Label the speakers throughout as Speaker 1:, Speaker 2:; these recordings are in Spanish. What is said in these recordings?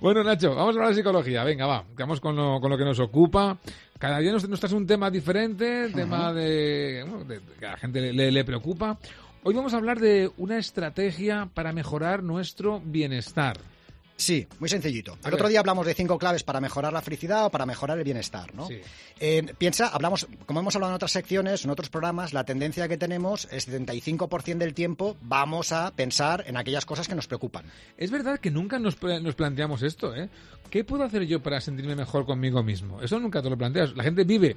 Speaker 1: Bueno, Nacho, vamos a hablar de psicología. Venga, va. Vamos con lo, con lo que nos ocupa. Cada día nos, nos traes un tema diferente, tema de, bueno, de- que a la gente le, le- le preocupa. Hoy vamos a hablar de una estrategia para mejorar nuestro bienestar.
Speaker 2: Sí, muy sencillito.
Speaker 1: A
Speaker 2: El
Speaker 1: ver.
Speaker 2: otro día hablamos de cinco claves para mejorar la felicidad o para mejorar el bienestar, ¿no?
Speaker 1: Sí.
Speaker 2: Eh, piensa, hablamos, como hemos hablado en otras secciones, en otros programas, la tendencia que tenemos es 75% del tiempo vamos a pensar en aquellas cosas que nos preocupan.
Speaker 1: Es verdad que nunca nos, pla- nos planteamos esto, ¿eh? ¿Qué puedo hacer yo para sentirme mejor conmigo mismo? Eso nunca te lo planteas. La gente vive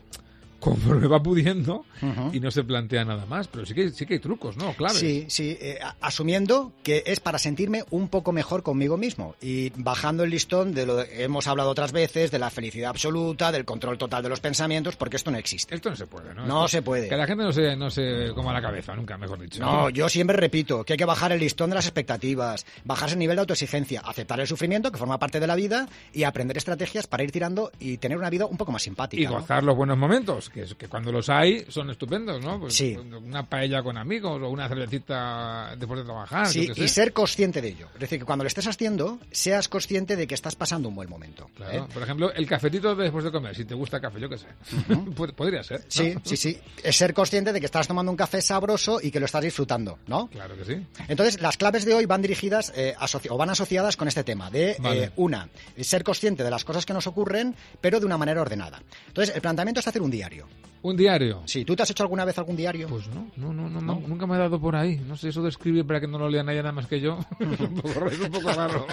Speaker 1: conforme va pudiendo y no se plantea nada más. Pero sí que, sí que hay trucos, ¿no? Claves.
Speaker 2: Sí, sí, eh, a- asumiendo que es para sentirme un poco mejor conmigo mismo y bajando el listón de lo que hemos hablado otras veces, de la felicidad absoluta, del control total de los pensamientos, porque esto no existe.
Speaker 1: Esto no se puede, ¿no?
Speaker 2: No
Speaker 1: Esto-
Speaker 2: se puede.
Speaker 1: Que la gente no se, no se coma la cabeza, nunca, mejor dicho.
Speaker 2: No, yo siempre repito que hay que bajar el listón de las expectativas, bajarse el nivel de autoexigencia, aceptar el sufrimiento que forma parte de la vida y aprender estrategias para ir tirando y tener una vida un poco más simpática.
Speaker 1: y
Speaker 2: ¿no?
Speaker 1: gozar los buenos momentos, que, es- que cuando los hay son estupendos, ¿no? Pues
Speaker 2: Sí.
Speaker 1: Una paella con amigos o una cervecita después de trabajar.
Speaker 2: Sí,
Speaker 1: yo qué
Speaker 2: y
Speaker 1: sé.
Speaker 2: ser consciente de ello. Es decir, que cuando lo estés haciendo, seas consciente de que estás pasando un buen momento.
Speaker 1: Claro.
Speaker 2: ¿eh?
Speaker 1: Por ejemplo, el cafetito de después de comer, si te gusta el café, yo qué sé. Pod- Podría ser. ¿no?
Speaker 2: Sí, sí, sí. Es ser consciente de que estás tomando un café sabroso y que lo estás disfrutando, ¿no?
Speaker 1: Claro que sí.
Speaker 2: Entonces, las claves de hoy van dirigidas eh, asoci- o van asociadas con este tema de,
Speaker 1: Vale.
Speaker 2: eh, una, ser consciente de las cosas que nos ocurren, pero de una manera ordenada. Entonces, el planteamiento es hacer un diario.
Speaker 1: Un diario.
Speaker 2: Sí, ¿tú te has hecho alguna vez algún diario?
Speaker 1: Pues no, no, no, no, no, nunca me ha dado por ahí. No sé, eso de escribir para que no lo lea nadie nada más que yo es, un poco, es un poco raro.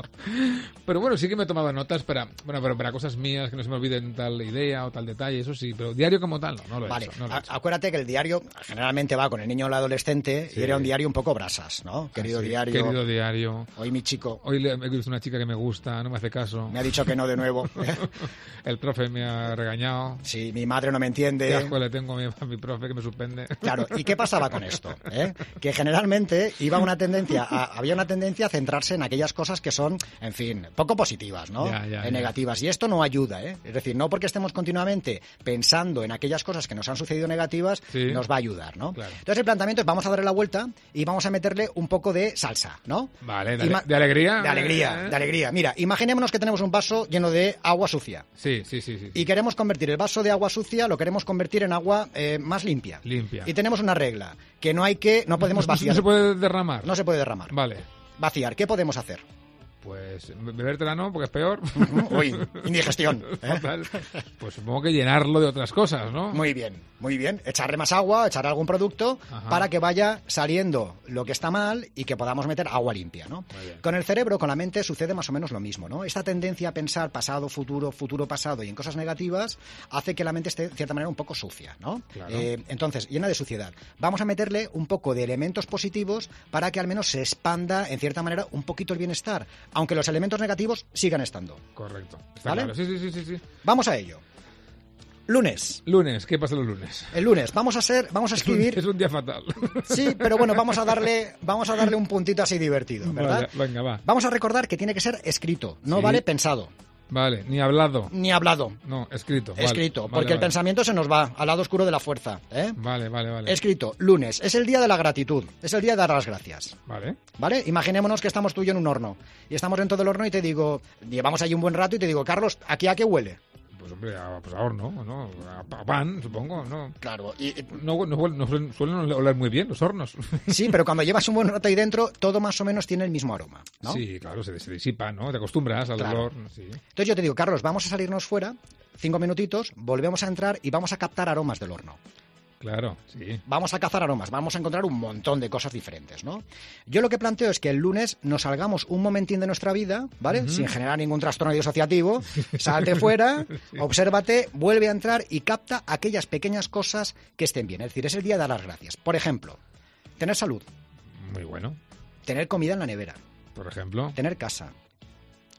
Speaker 1: pero bueno, sí que me he tomado notas para, bueno, pero para cosas mías, que no se me olviden tal idea o tal detalle, eso sí, pero diario como tal no, no lo he
Speaker 2: Vale, Ah,
Speaker 1: hecho. no lo he
Speaker 2: a-
Speaker 1: hecho.
Speaker 2: acuérdate que el diario generalmente va con el niño o el adolescente
Speaker 1: Sí. Ah,
Speaker 2: y era un diario un poco brasas, ¿no? Querido
Speaker 1: Sí,
Speaker 2: diario,
Speaker 1: Querido Oh. diario.
Speaker 2: hoy mi chico
Speaker 1: Hoy le- he visto una chica que me gusta, no me hace caso.
Speaker 2: me ha dicho que no de nuevo.
Speaker 1: El profe me ha regañado.
Speaker 2: sí, mi madre no me
Speaker 1: Qué
Speaker 2: entiende.
Speaker 1: asco le tengo a mi, a mi profe que me suspende.
Speaker 2: Claro, ¿y qué pasaba con esto? eh? Que generalmente iba una tendencia, a- había una tendencia a centrarse en aquellas cosas que son, en fin, poco positivas, ¿no?
Speaker 1: Ya, ya,
Speaker 2: Eh,
Speaker 1: ya.
Speaker 2: Negativas. Y esto no ayuda, ¿eh? Es decir, no porque estemos continuamente pensando en aquellas cosas que nos han sucedido negativas,
Speaker 1: Sí.
Speaker 2: nos va a ayudar, ¿no?
Speaker 1: Claro.
Speaker 2: Entonces el planteamiento es vamos a darle la vuelta y vamos a meterle un poco de salsa, ¿no?
Speaker 1: Vale, de, ale-
Speaker 2: Ima-
Speaker 1: de alegría.
Speaker 2: De alegría,
Speaker 1: ¿eh?
Speaker 2: de alegría. Mira, imaginémonos que tenemos un vaso lleno de agua sucia
Speaker 1: Sí, sí, sí. sí.
Speaker 2: y queremos convertir el vaso de agua sucia, lo queremos convertir en agua eh, más limpia.
Speaker 1: Limpia.
Speaker 2: Y tenemos una regla, que no hay que, no podemos
Speaker 1: No se-
Speaker 2: vaciar.
Speaker 1: No se puede derramar.
Speaker 2: No se puede derramar.
Speaker 1: Vale.
Speaker 2: Vaciar, ¿qué podemos hacer?
Speaker 1: Pues be- bebértela no, porque es peor.
Speaker 2: Uy, indigestión. ¿eh?
Speaker 1: Fatal. Pues supongo que llenarlo de otras cosas, ¿no?
Speaker 2: Muy bien, muy bien. Echarle más agua, echar algún producto
Speaker 1: Ajá.
Speaker 2: para que vaya saliendo lo que está mal y que podamos meter agua limpia, ¿no?
Speaker 1: Muy bien.
Speaker 2: Con el cerebro, con la mente, sucede más o menos lo mismo, ¿no? Esta tendencia a pensar pasado, futuro, futuro, pasado y en cosas negativas hace que la mente esté, de cierta manera, un poco sucia, ¿no?
Speaker 1: Claro.
Speaker 2: Eh, entonces, llena de suciedad. Vamos a meterle un poco de elementos positivos para que al menos se expanda, en cierta manera, un poquito el bienestar, aunque los elementos negativos sigan estando.
Speaker 1: Correcto. Está
Speaker 2: ¿Vale?
Speaker 1: claro. Sí, sí, sí, sí, sí.
Speaker 2: Vamos a ello. Lunes.
Speaker 1: Lunes, ¿qué pasa los lunes?
Speaker 2: El lunes vamos a ser, vamos a escribir.
Speaker 1: Es un día fatal.
Speaker 2: Sí, pero bueno, vamos a darle, vamos a darle un puntito así divertido, ¿verdad?
Speaker 1: Vale, venga, va.
Speaker 2: Vamos a recordar que tiene que ser escrito, no
Speaker 1: Sí.
Speaker 2: vale pensado,
Speaker 1: Vale, ni hablado.
Speaker 2: ni hablado,
Speaker 1: No, escrito. vale.
Speaker 2: escrito,
Speaker 1: Vale,
Speaker 2: porque el
Speaker 1: vale.
Speaker 2: pensamiento se nos va al lado oscuro de la fuerza. ¿eh?
Speaker 1: Vale, vale, vale.
Speaker 2: Escrito, lunes, es el día de la gratitud, es el día de dar las gracias.
Speaker 1: Vale.
Speaker 2: ¿Vale? Imaginémonos que estamos tú y yo en un horno. Y estamos dentro del horno y te digo, llevamos allí un buen rato y te digo, Carlos, ¿aquí a qué huele?
Speaker 1: Pues hombre, a, pues a horno, ¿no? A, a pan, supongo, ¿no?
Speaker 2: Claro, y, y-
Speaker 1: No, no, huel- no suelen, suelen oler muy bien los hornos.
Speaker 2: sí, pero cuando llevas un buen rato ahí dentro, todo más o menos tiene el mismo aroma. ¿no?
Speaker 1: Sí, claro, se, se disipa, ¿no? Te acostumbras al
Speaker 2: Claro.
Speaker 1: olor. Sí.
Speaker 2: Entonces yo te digo, Carlos, vamos a salirnos fuera, cinco minutitos, volvemos a entrar y vamos a captar aromas del horno.
Speaker 1: Claro, sí.
Speaker 2: Vamos a cazar aromas, vamos a encontrar un montón de cosas diferentes, ¿no? Yo lo que planteo es que el lunes nos salgamos un momentín de nuestra vida, ¿vale? Sin generar ningún trastorno disociativo, salte fuera, obsérvate, vuelve a entrar y capta aquellas pequeñas cosas que estén bien. Es decir, es el día de dar las gracias. Por ejemplo, tener salud,
Speaker 1: Muy bueno.
Speaker 2: tener comida en la nevera,
Speaker 1: Por ejemplo.
Speaker 2: tener casa,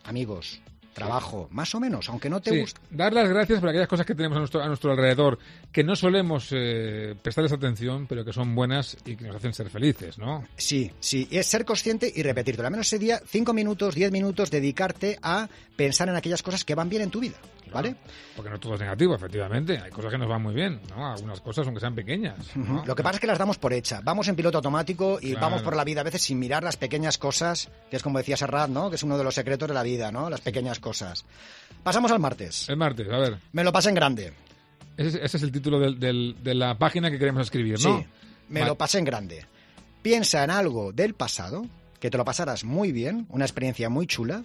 Speaker 2: amigos, trabajo, más o menos, aunque no te
Speaker 1: Sí,
Speaker 2: guste.
Speaker 1: dar las gracias por aquellas cosas que tenemos a nuestro, a nuestro alrededor, que no solemos eh, prestarles atención, pero que son buenas y que nos hacen ser felices, ¿no?
Speaker 2: Sí, sí, y es ser consciente y repetírtelo. Al menos ese día, 5 minutos, 10 minutos, dedicarte a pensar en aquellas cosas que van bien en tu vida, ¿vale?
Speaker 1: Porque no todo es negativo, efectivamente. Hay cosas que nos van muy bien, ¿no? Algunas cosas, aunque sean pequeñas. ¿no?
Speaker 2: Lo que pasa es que las damos por hecha. Vamos en piloto automático y
Speaker 1: Claro.
Speaker 2: vamos por la vida a veces sin mirar las pequeñas cosas, que es como decía Serrat, ¿no? Que es uno de los secretos de la vida, ¿no? Las pequeñas cosas. Pasamos al martes.
Speaker 1: El martes, a ver.
Speaker 2: Me lo pasé en grande.
Speaker 1: Ese, es- ese es el título del- del- de la página que queremos escribir, ¿no?
Speaker 2: Sí, me
Speaker 1: Va-
Speaker 2: lo pasé en grande. Piensa en algo del pasado, que te lo pasarás muy bien, una experiencia muy chula,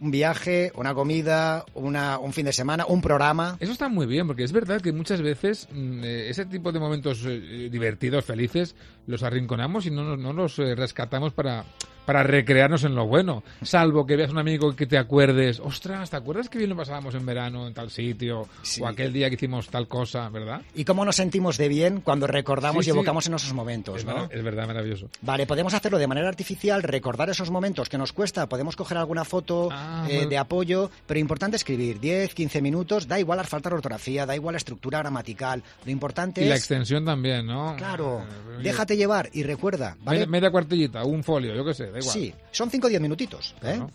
Speaker 2: un viaje, una comida, una, un fin de semana, un programa.
Speaker 1: Eso está muy bien, porque es verdad que muchas veces mm, eh, ese tipo de momentos eh, divertidos, felices, los arrinconamos y no, nos- no los eh, rescatamos para, para recrearnos en lo bueno. Salvo que veas un amigo que te acuerdes, ostras, ¿te acuerdas que bien lo pasábamos en verano en tal sitio?
Speaker 2: Sí.
Speaker 1: O aquel día que hicimos tal cosa, ¿verdad?
Speaker 2: Y cómo nos sentimos de bien cuando recordamos
Speaker 1: Sí,
Speaker 2: y
Speaker 1: sí.
Speaker 2: evocamos en esos momentos,
Speaker 1: es,
Speaker 2: Pues ¿no?
Speaker 1: mara- es verdad, maravilloso.
Speaker 2: Vale, podemos hacerlo de manera artificial, recordar esos momentos que nos cuesta, podemos coger alguna foto
Speaker 1: Ah,
Speaker 2: eh,
Speaker 1: bueno.
Speaker 2: de apoyo, pero importante escribir 10, 15 minutos, da igual faltar ortografía, da igual la estructura gramatical, lo importante
Speaker 1: Y la
Speaker 2: es,
Speaker 1: extensión también, ¿no?
Speaker 2: claro,
Speaker 1: Eh,
Speaker 2: déjate llevar y recuerda, ¿vale?
Speaker 1: media- Media cuartillita, un folio, yo qué sé, da igual.
Speaker 2: Sí, son 5 o 10 minutitos. ¿eh?
Speaker 1: Claro.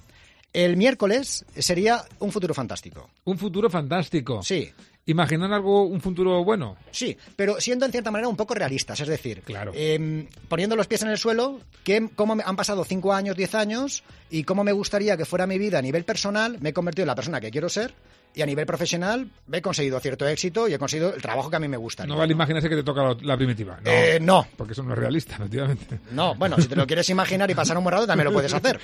Speaker 2: El miércoles sería un futuro fantástico.
Speaker 1: Un futuro fantástico.
Speaker 2: Sí,
Speaker 1: Imaginar algo, un futuro bueno.
Speaker 2: sí, pero siendo en cierta manera un poco realistas, es decir,
Speaker 1: Claro.
Speaker 2: em, poniendo los pies en el suelo, que, cómo me- han pasado 5 años, 10 años y cómo me gustaría que fuera mi vida a nivel personal, me he convertido en la persona que quiero ser y a nivel profesional he conseguido cierto éxito y he conseguido el trabajo que a mí me gustaría.
Speaker 1: No vale imaginarse que te toca la, la primitiva. No.
Speaker 2: Eh, no,
Speaker 1: Porque eso no es realista, efectivamente.
Speaker 2: no, bueno, si te lo quieres imaginar y pasar un buen rato también lo puedes hacer.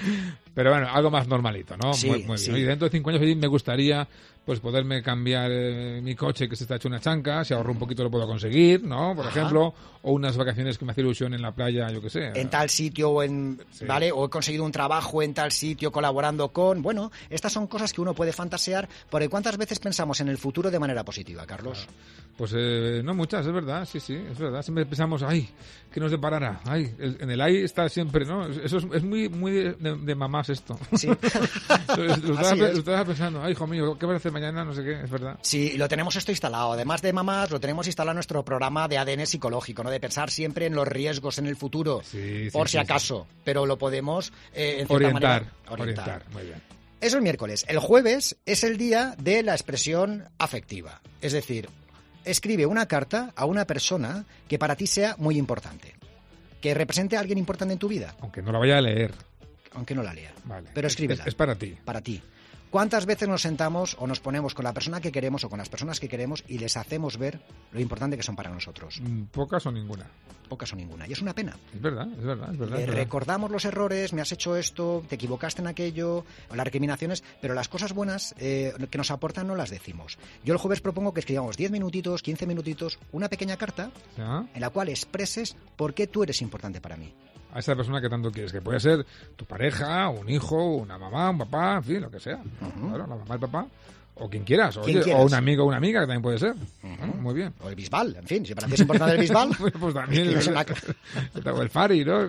Speaker 1: Pero bueno, algo más normalito, ¿no?
Speaker 2: Sí,
Speaker 1: muy, muy bien.
Speaker 2: sí.
Speaker 1: Oye, dentro de cinco años oye, me gustaría pues poderme cambiar eh, mi coche que se está hecho una chanca, si ahorro un poquito lo puedo conseguir, ¿no? Por
Speaker 2: Ajá.
Speaker 1: ejemplo, o unas vacaciones que me hace ilusión en la playa, yo qué sé.
Speaker 2: en tal sitio o en
Speaker 1: Sí.
Speaker 2: vale o he conseguido un trabajo en tal sitio colaborando con bueno estas son cosas que uno puede fantasear porque cuántas veces pensamos en el futuro de manera positiva Carlos
Speaker 1: Pues eh, no muchas, es verdad, sí, sí, es verdad. Siempre pensamos, ay, que nos deparará, ay, el- en el ay está siempre, ¿no? Eso es, es muy, muy de, de mamás esto.
Speaker 2: sí
Speaker 1: lo, estabas,
Speaker 2: Así es.
Speaker 1: lo estabas pensando, ay, hijo mío, ¿qué voy a hacer mañana? No sé qué, es verdad.
Speaker 2: Sí, lo tenemos esto instalado. Además de mamás, lo tenemos instalado en nuestro programa de ADN psicológico, ¿no? De pensar siempre en los riesgos en el futuro,
Speaker 1: Sí, sí,
Speaker 2: por
Speaker 1: sí,
Speaker 2: si
Speaker 1: sí.
Speaker 2: acaso. Pero lo podemos eh, en cierta
Speaker 1: Orientar,
Speaker 2: manera,
Speaker 1: orientar, muy bien.
Speaker 2: Eso el miércoles. El jueves es el día de la expresión afectiva. Es decir, escribe una carta a una persona que para ti sea muy importante. Que represente a alguien importante en tu vida,
Speaker 1: Aunque no la vaya a leer,
Speaker 2: aunque no la lea.
Speaker 1: vale.
Speaker 2: Pero
Speaker 1: Es-
Speaker 2: escríbela.
Speaker 1: Es, es para ti.
Speaker 2: Para ti. ¿Cuántas veces nos sentamos o nos ponemos con la persona que queremos o con las personas que queremos y les hacemos ver lo importante que son para nosotros?
Speaker 1: Mm, Pocas o ninguna.
Speaker 2: Pocas o ninguna. Y es una pena.
Speaker 1: Es verdad, es verdad, es verdad.
Speaker 2: Le
Speaker 1: es verdad.
Speaker 2: recordamos los errores, me has hecho esto, te equivocaste en aquello, o las recriminaciones, pero las cosas buenas eh, que nos aportan no las decimos. Yo el jueves propongo que escribamos 10 minutitos, 15 minutitos, una pequeña carta
Speaker 1: Ya.
Speaker 2: en la cual expreses por qué tú eres importante para mí.
Speaker 1: A esa persona que tanto quieres, que puede ser tu pareja, un hijo, una mamá, un papá, en fin, lo que sea. Claro, la mamá, el papá, o quien quieras,
Speaker 2: Quien
Speaker 1: oye,
Speaker 2: quieras.
Speaker 1: o un amigo o una amiga, que también puede ser. ¿no? Muy bien.
Speaker 2: O el bisbal, en fin, si para ti es importante el bisbal.
Speaker 1: pues también.
Speaker 2: Es una-
Speaker 1: O el Fari, ¿no?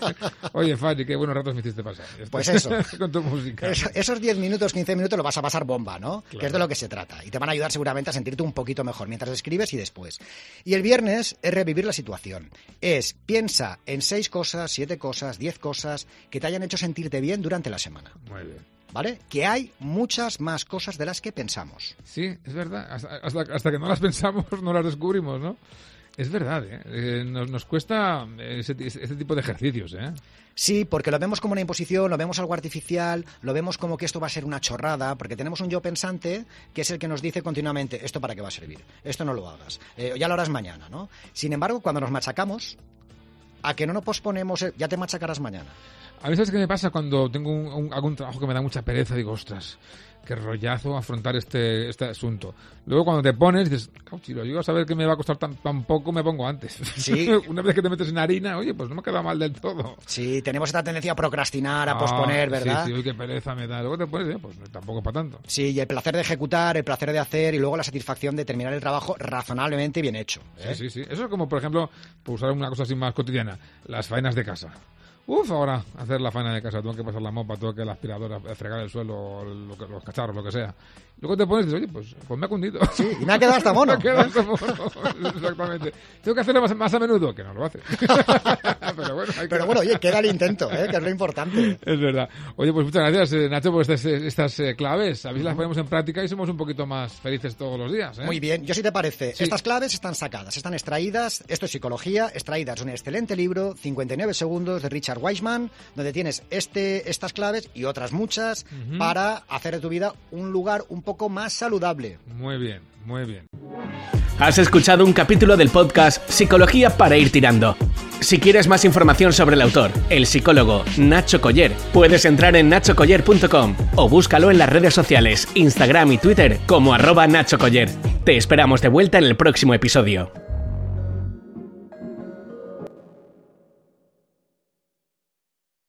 Speaker 1: Oye, Fari, qué buenos ratos me hiciste pasar. Ya está.
Speaker 2: Pues eso.
Speaker 1: Con tu música.
Speaker 2: Es- esos 10 minutos, 15 minutos lo vas a pasar bomba, ¿no? Que es de lo que se trata. Y te van a ayudar seguramente a sentirte un poquito mejor mientras escribes y después. Y el viernes es revivir la situación. Es piensa en 6 cosas, 7 cosas, 10 cosas que te hayan hecho sentirte bien durante la semana,
Speaker 1: Muy bien.
Speaker 2: ¿vale? Que hay muchas más cosas de las que pensamos.
Speaker 1: Sí, es verdad. Hasta, hasta, hasta que no las pensamos, no las descubrimos, ¿no? Es verdad, ¿eh? Eh, nos, nos cuesta eh, ese, ti- ese tipo de ejercicios, ¿eh?
Speaker 2: Sí, porque lo vemos como una imposición, lo vemos algo artificial, lo vemos como que esto va a ser una chorrada, porque tenemos un yo pensante que es el que nos dice continuamente, esto para qué va a servir, esto no lo hagas, eh, ya lo harás mañana, ¿no? Sin embargo, cuando nos machacamos, a que no nos posponemos, el, ya te machacarás mañana.
Speaker 1: A veces, ¿qué me pasa cuando tengo un, un- algún trabajo que me da mucha pereza? Digo, ostras, qué rollazo afrontar este, este asunto. Luego, cuando te pones, dices, cauchi, lo llego a saber que me va a costar tan, tan poco, me pongo antes.
Speaker 2: Sí.
Speaker 1: Una vez que te metes en harina, oye, pues no me queda mal del todo.
Speaker 2: Sí, tenemos esta tendencia a procrastinar, a
Speaker 1: Ah,
Speaker 2: posponer, ¿verdad?
Speaker 1: Sí, sí, uy, qué pereza me da. Luego te pones, eh, pues tampoco es para tanto.
Speaker 2: Sí, y el placer de ejecutar, el placer de hacer y luego la satisfacción de terminar el trabajo razonablemente bien hecho. ¿eh?
Speaker 1: Sí, sí, sí. Eso es como, por ejemplo, por usar una cosa así más cotidiana, las faenas de casa. Uf, ahora hacer la faena de casa, tengo que pasar la mopa, tengo que la aspiradora, fregar el suelo, lo que- los cacharros, lo que sea. Luego te pones y dices, oye, pues, pues me ha cundido.
Speaker 2: Sí, y me ha quedado hasta mono. ¿eh?
Speaker 1: Me ha quedado hasta mono, Exactamente. Tengo que hacerlo más, más a menudo, que no lo hace. Pero bueno, hay que-
Speaker 2: Pero bueno, oye, queda el intento, ¿eh? que es lo importante.
Speaker 1: es verdad. Oye, pues muchas gracias, eh, Nacho, por estas, eh, estas eh, claves. A veces las ponemos en práctica y somos un poquito más felices todos los días. ¿eh?
Speaker 2: Muy bien, yo si te parece,
Speaker 1: Sí.
Speaker 2: estas claves están sacadas, están extraídas, esto es psicología, extraídas de un excelente libro, 59 segundos de Richard Wiseman, donde tienes este, estas claves y otras muchas para hacer de tu vida un lugar un poco más saludable.
Speaker 1: Muy bien, muy bien.
Speaker 3: Has escuchado un capítulo del podcast Psicología para ir tirando. Si quieres más información sobre el autor, el psicólogo Nacho Coller, puedes entrar en nachocoller.com o búscalo en las redes sociales, Instagram y Twitter como arroba Nacho Coller. Te esperamos de vuelta en el próximo episodio.